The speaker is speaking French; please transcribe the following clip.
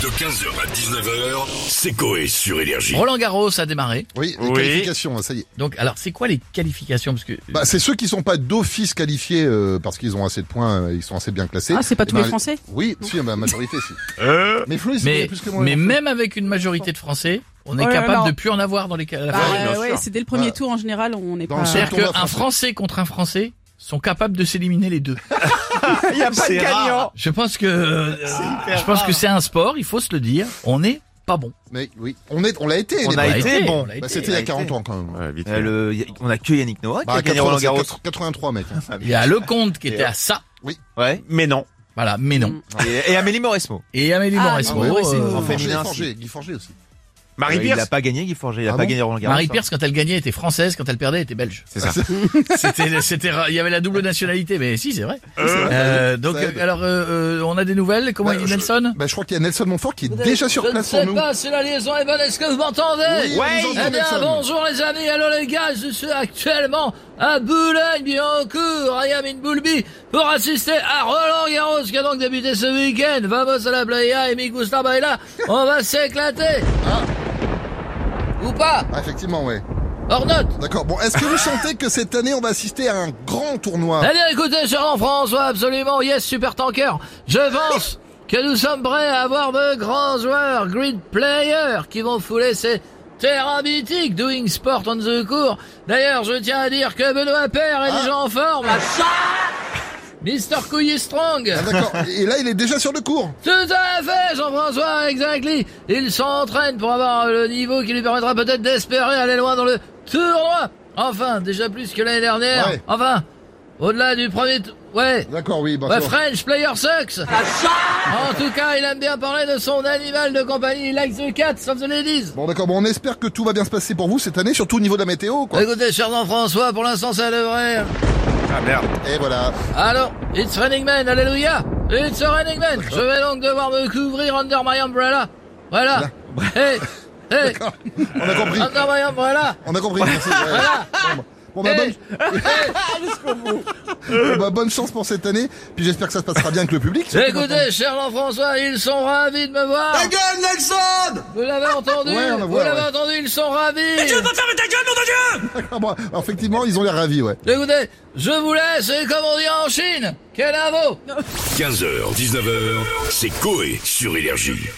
De 15h à 19h, c'est Coé sur Énergie. Roland Garros a démarré. Oui, les Oui. qualifications, ça y est. Donc, alors, c'est quoi les qualifications Parce que Bah, c'est ceux qui sont pas d'office qualifiés euh, parce qu'ils ont assez de points, euh, ils sont assez bien classés. Ah, c'est pas Eh tous ben, les Français Oui, si, la majorité, si. Euh, Mais Flo, il s'y connaît mais, plus que moi. mais même avec une majorité de Français, on est Oh là capable là. de plus en avoir dans les cas. à la Bah, fin. oui, bien euh, ouais, sûr. c'est dès le premier Ouais. tour en général, on n'est Dans pas. le cercle. C'est-à-dire tournoi qu'un français. Français contre un Français sont capables de s'éliminer les deux. il n'y a pas de gagnant. Je pense que euh, je pense que c'est un sport. Il faut se le dire. On n'est pas bon. Mais oui, on est, on l'a été. On les a mecs. été. bon. on l'a Bah, été. c'était il y a 40 ans quand même. Euh, le- y- on a que Yannick Noah qui Bah, a gagné Roland Garros. 87, 83 mec. Il y a Lecomte qui Et était euh, à ça. Ouais, mais non. Euh, Voilà, mais non. Et, et Amélie Mauresmo. Et Amélie Mm. Ah, Mauresmo, non, Mauresmo. euh, En fait, Guy féminin, Forger, Guy Forger aussi. Euh, Marie il Pierce a pas gagné Guy Forger, il a Ah pas bon gagné Roland Garros. Marie hein. Pierce, quand elle gagnait, était française. Quand elle perdait, elle était belge. C'est ça. C'était, c'était, ra- il y avait la double nationalité. Mais si, c'est vrai. C'est vrai. Euh, donc, Ça aide. euh, alors, euh, euh, on a des nouvelles. Comment Bah, il dit je- Nelson Bah, je crois qu'il y a Nelson Montfort qui est déjà sur place pour nous. si la liaison est bonne, est-ce que vous m'entendez Oui, Ouais. nous entendons, Nelson. eh bonjour les amis, alors les gars, je suis actuellement à Boulogne-Billancourt, à Yamin Boulby, pour assister à Roland Garros, qui a donc débuté ce week-end. Vamos à la playa et mi gusta baila, on va s'éclater Hein Ou pas Ah, effectivement, ouais. Hors note D'accord. Bon, est-ce que vous sentez que cette année on va assister à un grand tournoi Allez, écoutez, cher en François, absolument, yes, super tanker. Je pense que nous sommes prêts à avoir de grands joueurs, grid players, qui vont fouler ces terrains mythiques, doing sport on the court. D'ailleurs, je tiens à dire que Benoît Père Ah. est déjà en forme. Mister Couille est strong. Ah, D'accord. Et là, il est déjà sur le cours. Tout à fait, Jean-François, exactly. Il s'entraîne pour avoir le niveau qui lui permettra peut-être d'espérer aller loin dans le tournoi. Enfin, déjà plus que l'année dernière. Ouais. Enfin, au-delà du premier... t- Ouais. D'accord, oui. bah, Ouais, bon. French player sucks. Ah, En tout cas, il aime bien parler de son animal de compagnie. Il likes the cat, sauf the ladies. Bon, d'accord. Bon, on espère que tout va bien se passer pour vous cette année, surtout au niveau de la météo, quoi. Écoutez, cher Jean-François, pour l'instant, ça devrait. Ah merde. Et voilà. Alors, it's raining man, alléluia. It's a raining man. Je vais donc devoir me couvrir under my umbrella. Voilà. Hey, hey, D'accord. On a compris. under my umbrella. On a compris. Merci, ouais. Ah. Voilà. Bon, bah, Hey, bonne, bon, bah, bonne chance pour cette année. Puis j'espère que ça se passera bien avec le public. hey. Écoutez, cher Jean-François, ils sont ravis de me voir. Ta gueule, Nelson Vous l'avez entendu. Ouais, on la Vous voit, l'avez ouais. entendu, ils sont ravis. fermer ta gueule, nom de Dieu Ah, bon, alors, effectivement, ils ont l'air ravis, ouais. Écoutez, je vous laisse, et comme on dit en Chine, quel aveu 15h, 19h, c'est Coé sur Énergie.